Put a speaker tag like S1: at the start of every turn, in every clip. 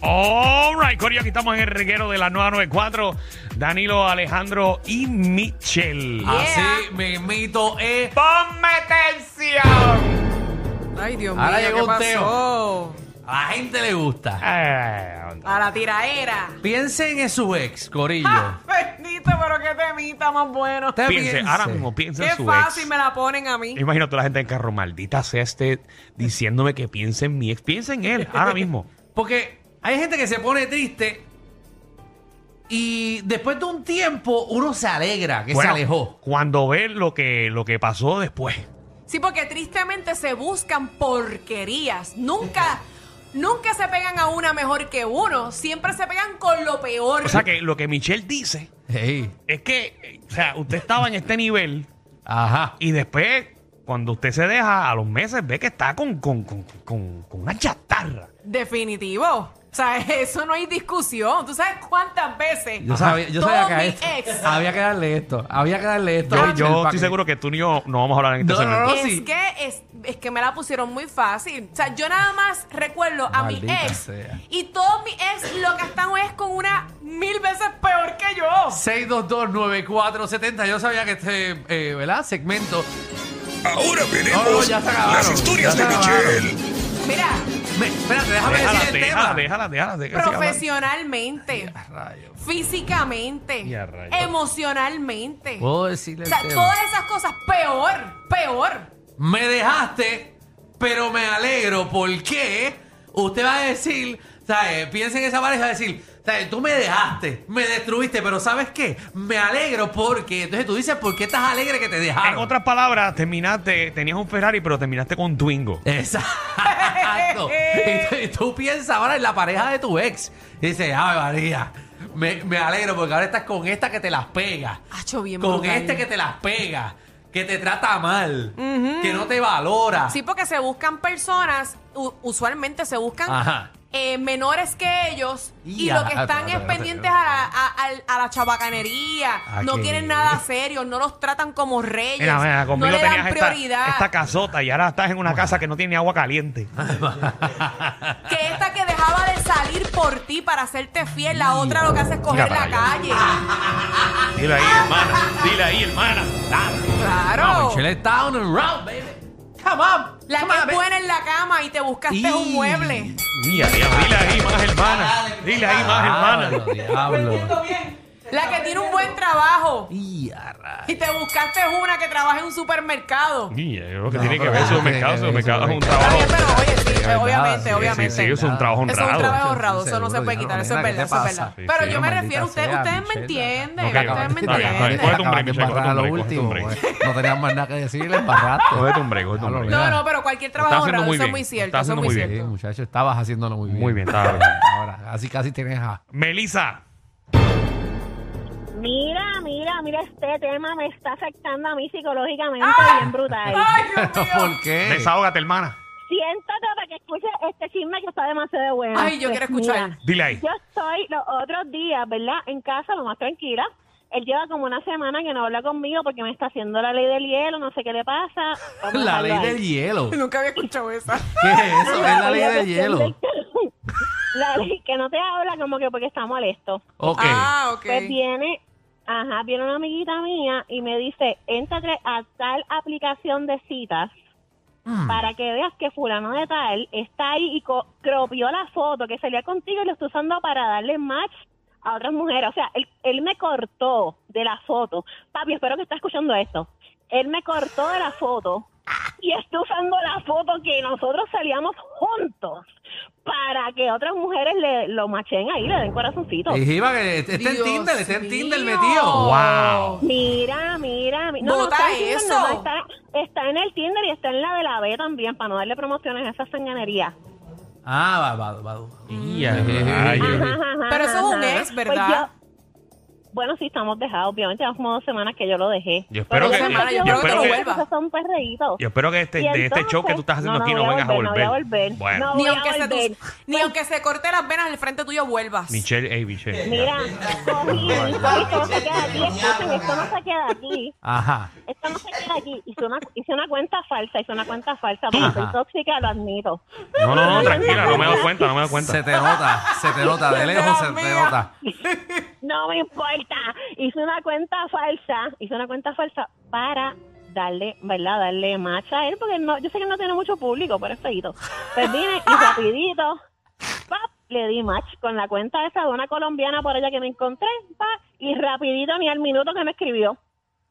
S1: All right, Corio, aquí estamos en el reguero de la 994. Danilo, Alejandro y Michelle.
S2: Ah. Así mismito es.
S1: ¡Ponme tensión!
S3: Ay, Dios
S2: Ahora
S3: mío,
S2: llegó
S3: ¿qué
S2: un teo.
S3: pasó?
S2: A la gente le gusta.
S1: Eh,
S3: A la tiraera.
S2: Piensen en su ex, Corillo.
S3: Ah, bendito, pero qué temita más bueno.
S2: Usted
S1: piense,
S2: piense.
S1: ahora mismo, piensa
S3: Qué
S1: en su
S3: fácil
S1: ex.
S3: me la ponen a mí.
S1: Imagino toda la gente en carro, maldita sea este diciéndome que piense en mi ex. Piensa en él, ahora mismo.
S2: Porque hay gente que se pone triste y después de un tiempo uno se alegra que
S1: Bueno,
S2: se alejó.
S1: Cuando ve lo que, lo que pasó después.
S3: Sí, porque tristemente se buscan porquerías. Nunca, nunca se pegan a una mejor que uno. Siempre se pegan con lo peor.
S1: O sea que lo que Michelle dice
S2: Ey,
S1: es que, eh, o sea, usted estaba en este nivel
S2: Ajá.
S1: y después, cuando usted se deja a los meses, ve que está con, con, con, con- con una chatarra.
S3: Definitivo. O sea, eso no hay discusión. ¿Tú sabes cuántas veces?
S2: Yo sabía, yo sabía
S3: Todo
S2: que a
S3: mi
S2: esto-
S3: ex.
S2: había que darle esto. Había que darle esto.
S1: Yo,
S2: Michelle,
S1: yo
S2: para
S1: estoy
S2: que-
S1: seguro que tú ni yo no vamos a hablar en este
S2: No,
S1: segmento.
S2: no, no,
S3: Es
S2: Oh, sí.
S3: que es, es que me la pusieron muy fácil. O sea, yo nada más recuerdo a mi
S2: Maldita
S3: ex
S2: sea.
S3: y todos mis ex lo que están es con una mil veces peor que yo.
S2: 6229470. Yo sabía que este, eh, ¿verdad? Segmento.
S4: Ahora veremos
S2: No, no, ya se acabaron.
S4: las historias
S2: Ya
S4: de
S2: se acabaron.
S4: Michelle.
S3: Mira,
S2: Me- espérate, déjame
S1: Déjala,
S2: decir el
S1: déjala,
S2: tema.
S1: déjala, déjala, déjala, sigue hablando.
S3: profesionalmente,
S2: Rayos.
S3: físicamente,
S1: Ya, rayos.
S3: emocionalmente. O
S2: Puedo decirle el
S3: sea,
S2: tema.
S3: todas esas cosas peor, peor.
S2: Me dejaste, pero me alegro. porque Usted va a decir, ¿sabes? Piensa en esa pareja y va a decir, ¿sabes? Tú me dejaste, me destruiste, pero ¿sabes qué? Me alegro porque. Entonces tú dices, ¿por qué estás alegre que te dejaron?
S1: En otras palabras, terminaste, tenías un Ferrari, pero terminaste con un Twingo.
S2: Exacto. y, tú- y tú piensas ahora en la pareja de tu ex. Y dices, ¡ay, María! Me, me alegro porque ahora estás con esta que te las pega.
S3: Hacho, bien
S2: con
S3: brutal.
S2: este que te las pega. Que te trata mal. Que no te valora.
S3: Sí, porque se buscan personas, u- usualmente se buscan
S2: Ajá.
S3: eh, menores que ellos y,
S2: Ya,
S3: lo que están
S2: espérate,
S3: es
S2: espérate,
S3: pendientes a la, a- al- a la chabacanería,
S2: ¿A
S3: no
S2: qué?
S3: quieren nada serio, no los tratan como reyes,
S1: Ah, Mira, mira,
S3: no
S1: conmigo
S3: le
S1: tenías
S3: dan
S1: esta,
S3: prioridad.
S1: esta casota y ahora estás en una casa que no tiene ni agua caliente.
S3: que esta que dejaba de salir por ti para hacerte fiel, la otra lo que hace es coger
S1: Mira
S3: la
S1: para allá. Ah,
S3: calle.
S1: Dile ahí, hermana. Dile ahí, hermana. Dale.
S3: Claro.
S2: Michelle está on the round, baby. Come on.
S3: la
S2: come on,
S3: que
S2: baby.
S3: es buena en la cama y te buscaste un
S2: Y-
S3: mueble.
S1: Mira, mira, dile ahí más, hermana. Dile ahí más, hermana.
S2: Diablo,
S3: Pues
S2: diablo.
S3: La que tiene un buen trabajo
S2: Y a rayos.
S3: y te buscaste una que trabaja en un supermercado.
S1: Mira, yo creo que
S2: No,
S1: tiene que
S2: pero
S1: ver su
S2: tiene
S1: mercado.
S2: que
S1: Su
S2: ver
S1: mercado es un
S2: supermercado.
S1: trabajo.
S3: Oye, pero oye, sí,
S2: verdad,
S3: obviamente,
S2: sí, sí,
S3: obviamente.
S1: sí, es un trabajo
S3: Eso es un
S1: honrado.
S3: trabajo honrado, eso no
S2: Sí,
S3: se
S2: seguro,
S3: puede quitar,
S2: diablo,
S3: eso es
S2: nena, ¿qué
S3: verdad,
S2: te
S3: eso es
S2: pasa?
S3: verdad.
S1: Sí, sí,
S3: Pero yo me
S2: maldita
S3: refiero, usted-
S2: sea,
S3: ustedes me
S2: Michelle,
S3: entienden,
S1: no, que-
S3: ustedes me
S1: no, que-
S3: entienden.
S1: Cógete un break, Michelle,
S2: Acabaste de embarrar
S1: cógete un
S2: a lo
S1: break, cógete un
S2: último.
S1: break.
S2: güey. No tenías más nada que decir, le embarraste.
S1: Cógete un break, cógete un
S2: Diablo,
S1: break.
S3: No,
S2: nena.
S3: no, pero cualquier trabajo
S1: Estás haciendo
S3: honrado,
S1: muy
S3: eso es
S1: bien,
S3: muy cierto,
S1: estás
S3: eso es
S1: haciendo
S3: muy
S1: muy bien.
S2: Sí,
S3: cierto.
S2: muchacho, estabas haciéndolo muy bien.
S1: Muy bien, está bien.
S2: Ahora, así casi tienes a.
S1: Melissa.
S5: Mira, mira, mira, este tema me está afectando a mí psicológicamente bien brutal.
S3: ¡Ah! Ay, Dios mío.
S2: ¿Por qué?
S1: Desahógate, hermana.
S5: Siéntate para que escuche este chisme que está demasiado bueno. Pues
S3: Ay, yo quiero escuchar.
S5: mira,
S1: Dile ahí.
S5: yo estoy los otros días, ¿verdad? En casa, lo más tranquila. Él lleva como una semana que no habla conmigo porque me está haciendo la ley del hielo, no sé qué le pasa. Vamos a
S2: La
S5: dejarlo
S2: ley
S5: ahí.
S2: del hielo.
S3: Nunca había escuchado esa.
S2: ¿Qué es eso? Es la ley
S5: Oye,
S2: del
S5: que siempre-
S2: hielo.
S3: Ah.
S5: La ley que no te habla como que porque está molesto.
S2: Ok.
S3: Ah, ok.
S5: Pues viene, ajá, viene una amiguita mía y me dice, éntrate a tal aplicación de citas para que veas que fulano de tal está ahí y co- cropió la foto que salía contigo y lo está usando para darle match a otras mujeres. O sea, él, él me cortó de la foto. Papi, espero que estés escuchando esto. Él me cortó de la foto y está usando la foto que nosotros salíamos juntos para que otras mujeres le, lo machen ahí, le den corazoncito.
S2: Y Jiva, que está en
S3: Dios
S2: Tinder, está en
S3: mío.
S2: Tinder metido.
S1: Wow.
S5: Mira, mira, mi- no, no,
S3: Bota
S5: está, en Tinder,
S3: eso.
S5: no, está, está en el Tinder y está en la de la B también, para no darle promociones a esa sanganería.
S2: Ah, va, va, va. va.
S3: Mm.
S1: Mira,
S2: Ay,
S1: rayos.
S2: ay,
S5: Ajá, ajá,
S3: Pero eso es un
S5: ajá.
S3: ex, ¿verdad?
S5: Pues yo, Bueno, sí, estamos dejados. Obviamente, hace como dos semanas que yo lo dejé.
S1: Yo espero
S3: Dos
S1: que,
S3: semanas, yo
S1: yo
S3: creo que
S1: espero
S3: lo
S1: que-
S3: vuelva.
S5: Esos son perreitos.
S1: yo espero que este,
S5: Y
S1: de este
S5: entonces-
S1: show que tú estás haciendo
S5: no,
S1: aquí
S5: no,
S1: no
S5: voy
S1: vengas
S5: volver,
S1: a
S5: No voy
S1: volver.
S5: a volver.
S1: Bueno,
S5: No
S3: Ni
S5: voy a
S3: aunque, se tus-
S5: volver.
S3: ni aunque se corte las venas al frente tuyo vuelvas.
S1: Michelle, hey, Michelle. ya.
S5: Mira, cogí
S1: Bueno.
S5: el esto no se queda aquí. Escuchen, esto no se queda aquí.
S2: Ajá.
S5: Esto no se queda aquí. Hice una, hice una cuenta falsa, hice una cuenta falsa.
S1: Tú.
S5: Porque soy
S2: Ajá.
S5: tóxica, lo admito.
S1: No, no, no, tranquila, no me doy cuenta, no me doy cuenta.
S2: Se te nota, se te nota, de lejos se te
S3: Mira.
S2: nota.
S5: No me importa. Hice una cuenta falsa, hice una cuenta falsa para darle, ¿verdad? Darle match a él, porque no, yo sé que no tiene mucho público, pero es feíto. Pues vine y rapidito, ¡pap! le di match con la cuenta esa de una colombiana por allá que me encontré, ¡pap! y rapidito ni al minuto que me escribió.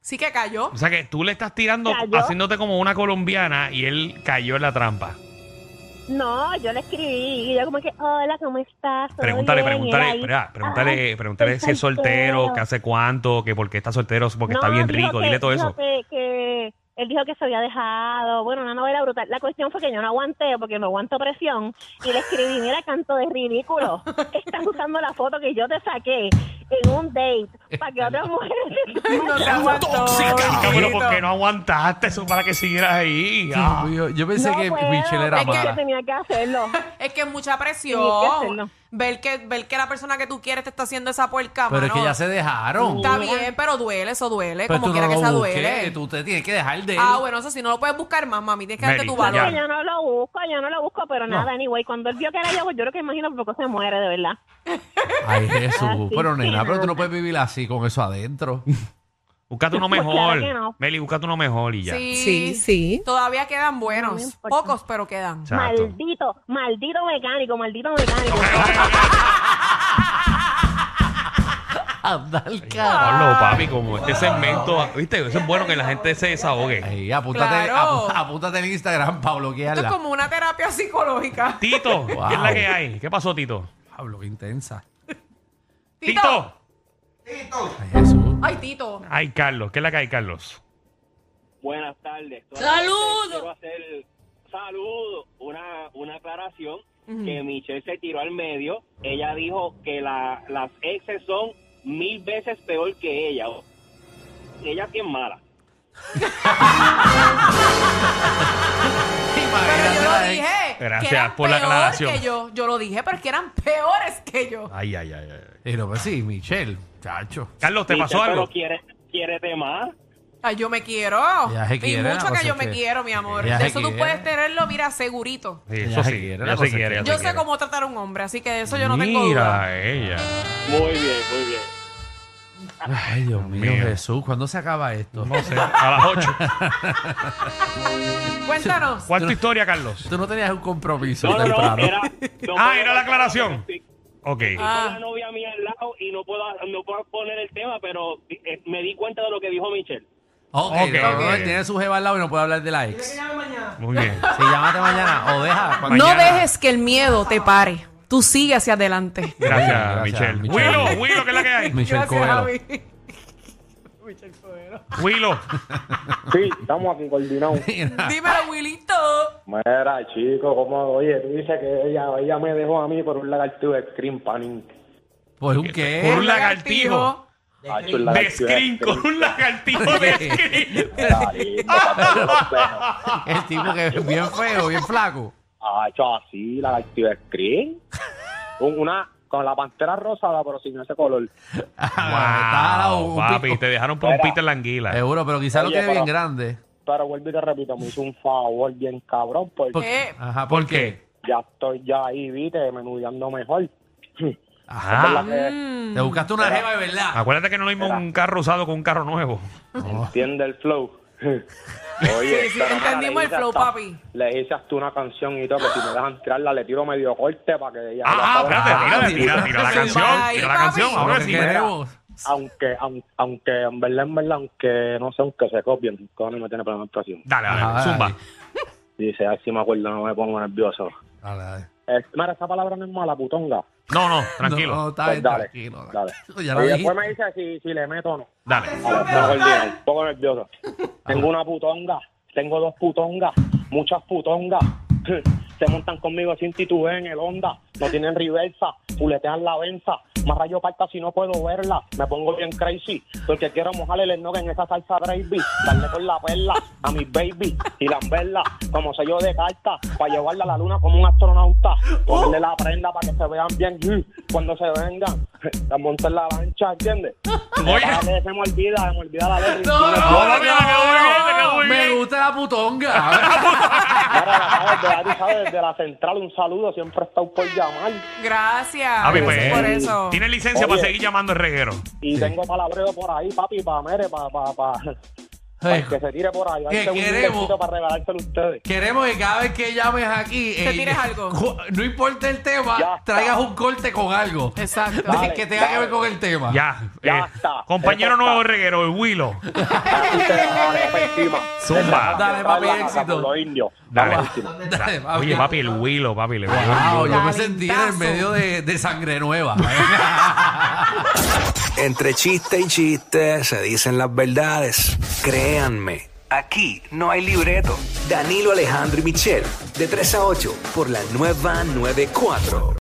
S3: Sí que cayó.
S1: O sea que tú le estás tirando,
S5: Cayó.
S1: haciéndote como una colombiana y él cayó en la trampa.
S5: No, yo le escribí y yo como que, hola, ¿cómo estás? ¿Todo
S1: Pregúntale,
S5: bien?" Y él
S1: pregúntale,
S5: ahí,
S1: espera, pregúntale,
S5: "Ay,
S1: pregúntale
S5: estoy
S1: si es soltero, que hace cuánto, que por qué está soltero, porque está
S5: No,
S1: bien
S5: dijo
S1: rico,
S5: que-
S1: dile todo
S5: dijo
S1: eso.
S5: Que, que él dijo que se había dejado. Bueno, una novela brutal. La cuestión fue que yo no aguanté porque no aguanto presión y le escribí, mira, canto de ridículo. Estás usando la foto que yo te saqué en un date para que otras mujeres...
S3: No te aguantó.
S1: Ah, pero
S3: Benito.
S1: ¿por qué no aguantaste eso para que siguieras ahí? Ah.
S2: Dios mío, Yo pensé
S5: No
S2: que
S5: puedo,
S2: Michelle era
S5: es que
S2: mala.
S5: tenía que hacerlo.
S3: Es que es mucha
S5: Tenía que hacerlo.
S3: presión. Ver que, ver que la persona que tú quieres te está haciendo esa puerca,
S2: Pero es que
S3: mano.
S2: ya se dejaron.
S3: Está bien, pero duele, eso duele.
S2: Pero
S3: como
S2: tú no
S3: quiera que sea
S2: lo
S3: duele.
S2: busques, tú te tienes que dejar de él.
S3: Ah, bueno, eso sí, no lo puedes buscar más, mami. Tienes que darte tu
S1: Mérito, ya.
S5: Porque
S3: valor.
S5: yo no lo busco, yo no lo busco, pero nada, anyway. Cuando él vio que era yo, pues yo creo que imagino porque se muere, de verdad.
S2: Ay,
S3: Ah,
S2: Jesús.
S5: Así
S2: Pero
S5: que
S2: nena, pero tú
S5: nada.
S2: no puedes vivir así con eso adentro.
S1: Búscate uno
S5: Pues
S1: mejor.
S5: claro que no.
S1: Meli, búscate uno mejor y ya.
S3: Sí, sí. Todavía quedan buenos.
S5: importa.
S3: Pocos, pero quedan.
S1: Exacto.
S5: Maldito, maldito mecánico, maldito mecánico.
S2: Anda al carajo.
S1: Pablo, papi, como este segmento, ¿viste? Eso es bueno que la gente se desahogue.
S2: Ey, apúntate,
S3: Claro.
S2: apú- apúntate en Instagram para
S3: Esto es
S2: bloquearla.
S3: como una terapia psicológica.
S1: Tito, ¿qué
S2: Wow.
S1: es la que hay? ¿Qué pasó, Tito?
S2: Pablo, qué intensa.
S1: Tito.
S2: Ay, Jesús.
S3: Ay, Tito.
S1: Ay, Carlos, ¿qué es la que hay, Carlos?
S6: Buenas tardes.
S3: Saludos.
S6: Solamente Quiero hacer saludos, una, una aclaración que Michelle se tiró al medio. Ella dijo que la- las exes son mil veces peor que ella. Ella es bien mala.
S3: Pero yo
S2: Imagínate
S3: lo
S2: la
S3: dije.
S2: ex.
S3: que
S1: Gracias
S3: eran
S1: por la
S3: peor
S1: aclaración.
S3: Que yo. yo lo dije, pero es que eran peores que yo.
S1: Ay, ay, ay. ay.
S2: Pero pues sí, Michelle, chacho.
S1: Carlos, ¿te pasó
S6: Michelle,
S1: algo?
S6: Pero quiere, quiérete más.
S3: Ay, yo me quiero.
S2: Ella se
S3: y
S2: quiere, la
S3: mucho
S2: cosa
S3: que yo
S2: es
S3: me
S2: que-
S3: quiero, mi amor.
S2: ella
S3: De
S2: se
S3: eso tú
S2: quiere.
S3: puedes tenerlo, mira, segurito.
S1: Sí,
S2: Ya
S1: eso
S2: se
S1: sí,
S2: quiere, la
S1: ya
S2: cosa
S1: se
S2: es que-
S1: quiere. ya se
S3: Yo sé
S1: quiere.
S3: cómo tratar a un hombre, así que de eso yo no tengo duda.
S1: Mira ella.
S6: Muy bien, muy bien.
S2: Ay, Dios mío,
S1: mío.
S2: Jesús, ¿cuándo se acaba esto?
S1: No sé, a las 8.
S3: Cuéntanos.
S1: ¿Cuál es tu historia, Carlos?
S2: Tú no tenías un compromiso
S6: No, no, no,
S2: temprano.
S6: era, no
S1: Ah,
S6: puedo-
S1: era la aclaración.
S6: Estoy
S1: Ok.
S6: Con
S3: Ah,
S6: la novia mía al lado y no puedo, no puedo poner el tema, pero eh, me di cuenta de lo que dijo Michelle.
S2: Ok,
S1: Ok,
S2: no, no,
S1: ok.
S2: él tiene su jeva al lado y no puede hablar de la ex. Si
S1: Muy bien.
S2: llámate mañana o deja. cuando-
S3: no
S1: Mañana.
S3: dejes que el miedo te pare. Tú sigue hacia adelante.
S1: Gracias,
S2: Gracias,
S1: Michelle.
S2: Michelle.
S1: Willow, Willow, ¿qué es la que hay?
S2: Michelle Coelho.
S1: Willow.
S7: Sí, estamos aquí coordinados.
S2: Mira,
S3: Dímelo, Wilito.
S7: Mira, chico, como, oye, tú dices que ella, ella me dejó a mí por un lagartijo de screen panning.
S2: ¿Por un qué?
S1: Por un lagartijo.
S7: Hacho,
S1: De
S7: el lagartijo
S1: screen, con un lagartijo de screen.
S7: Clarito, papá, yo lo sé.
S2: El tipo que es bien feo, bien flaco.
S7: Hacho, así, lagartijo de screen. Un- Una, con la pantera rosada, pero sin ese color.
S2: Está al lado
S1: Wow,
S2: un
S1: papi,
S2: pico.
S1: te dejaron por un
S7: Espera.
S1: pito en la anguila.
S2: Seguro, pero quizás lo
S7: Oye,
S2: tiene bien
S7: pero-
S2: grande.
S7: Pero vuelvo y te repito, me hizo un favor bien cabrón,
S2: ¿Por-
S7: porque
S3: Eh.
S2: Ajá, ¿por qué?
S7: ya estoy ya ahí, viste, menudeando mejor.
S2: Ajá.
S7: ¿Verdad que
S2: Te buscaste una jeva de verdad.
S1: Acuérdate que no lo mismo un carro usado con un carro nuevo.
S7: Entiende el flow. Oye,
S3: Sí, sí,
S7: pero nada,
S3: entendimos
S7: le
S3: el
S7: hice
S3: flow,
S7: hasta-
S3: papi.
S7: Le hice hasta una canción y todo, que si me dejan tirarla, le tiro medio corte para que ella.
S1: Ah, ah,
S7: ella sabe-
S1: espérate, tira,
S2: Ah,
S1: tira, tira, la
S2: sí,
S1: canción,
S3: papi.
S1: tira la canción,
S2: Ahora
S1: ahora
S2: que
S1: sí.
S2: queremos.
S7: Aunque, aun- aunque, en verdad, en verdad, aunque no sé, aunque se copien, cojones me tiene para la actuación.
S1: Dale, dale,
S2: Ajá,
S1: zumba.
S2: dale.
S7: Dice, ay, si me acuerdo, no me pongo nervioso.
S2: Dale, dale.
S7: Eh, mira, esa palabra no es mala, putonga.
S1: No, no,
S2: No, no,
S1: tranquilo.
S2: está
S7: Pues
S2: bien,
S7: dale,
S2: tranquilo. Ya
S7: dale. y
S2: lo
S7: después
S2: dijiste.
S7: me dice si, si le meto o no.
S1: Dale.
S7: A ver, me acuerdo, un poco nervioso. Tengo una putonga, tengo dos putongas, muchas putongas. Se montan conmigo sin titubear en el onda. no tienen reversa, puletean la venza, más rayo parta si no puedo verla, me pongo bien crazy, porque quiero mojarle el enoque en esa salsa gravy, darle con la perla a mis baby y las perlas como sello de carta, para llevarla a la luna como un astronauta, ponerle la prenda para que se vean bien mm, cuando se vengan, la montar la lancha, ¿entiendes?
S1: Oye.
S7: Ah, Se me olvida, se me olvida la letra.
S2: No, no,
S1: No, no,
S2: no,
S1: mira, me voy bien, me
S2: no,
S1: voy
S2: Me
S1: bien.
S2: gusta la putonga.
S7: Ahora, desde, la- tú sabes, desde la central, un saludo, siempre he estado por llamar.
S3: Gracias.
S1: A mí,
S3: gracias
S1: pues,
S3: por eso.
S1: Tienes licencia para
S7: Oye.
S1: seguir llamando el reguero.
S7: Y tengo palabreo por ahí, papi, para mere, para pa, pa, pa' el que se tire por ahí.
S2: ¿Qué
S7: Darte un
S2: queremos?
S7: besito para regalárselo a ustedes.
S2: Queremos que cada vez que llames aquí. eh,
S3: Te tires algo.
S2: cu- No importa el tema,
S7: Ya está.
S2: traigas un corte con algo. De-
S3: Exacto.
S7: Dale,
S2: que tenga que
S7: dale.
S2: ver con el tema.
S1: Ya. eh,
S7: Ya está.
S1: Compañero
S7: Eso está.
S1: nuevo reguero, el Willo.
S7: Papi, te dejaré pa' encima.
S1: Zumba.
S7: Te dejaré
S2: Dale, papi,
S7: entrar en la
S2: éxito.
S7: casa con los indios.
S1: Dale.
S7: Vamos encima.
S2: Dale, papi.
S1: Oye, papi, el Willo, papi. Le
S2: Wow, yo me
S3: Calentazo.
S2: sentí en el medio de, de sangre nueva.
S8: Entre chiste y chiste se dicen las verdades. Créanme, aquí no hay libreto. Danilo Alejandro y Michel, de 3 a 8, por la nueva 94.